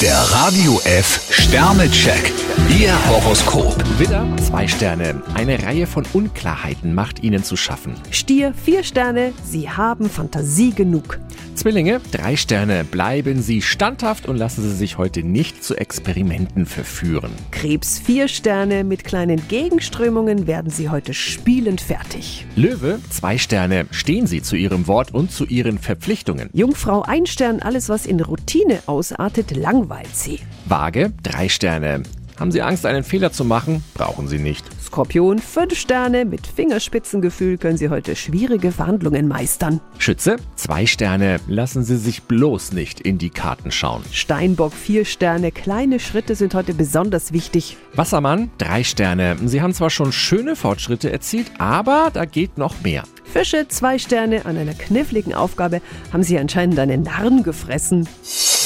Der Radio F Sternecheck. Ihr Horoskop. Widder, zwei Sterne. Eine Reihe von Unklarheiten macht Ihnen zu schaffen. Stier, vier Sterne, Sie haben Fantasie genug. Zwillinge, drei Sterne. Bleiben Sie standhaft und lassen Sie sich heute nicht zu Experimenten verführen. Krebs, vier Sterne, mit kleinen Gegenströmungen werden Sie heute spielend fertig. Löwe, zwei Sterne. Stehen Sie zu Ihrem Wort und zu Ihren Verpflichtungen. Jungfrau, ein Stern, alles was in Routine ausartet, langweilt Sie. Waage, drei Sterne. Haben Sie Angst, einen Fehler zu machen? Brauchen Sie nicht. Skorpion, fünf Sterne, mit Fingerspitzengefühl können Sie heute schwierige Verhandlungen meistern. Schütze, zwei Sterne. Lassen Sie sich bloß nicht in die Karten schauen. Steinbock, vier Sterne, kleine Schritte sind heute besonders wichtig. Wassermann, drei Sterne. Sie haben zwar schon schöne Fortschritte erzielt, aber da geht noch mehr. Fische, zwei Sterne, an einer kniffligen Aufgabe haben Sie anscheinend einen Narren gefressen.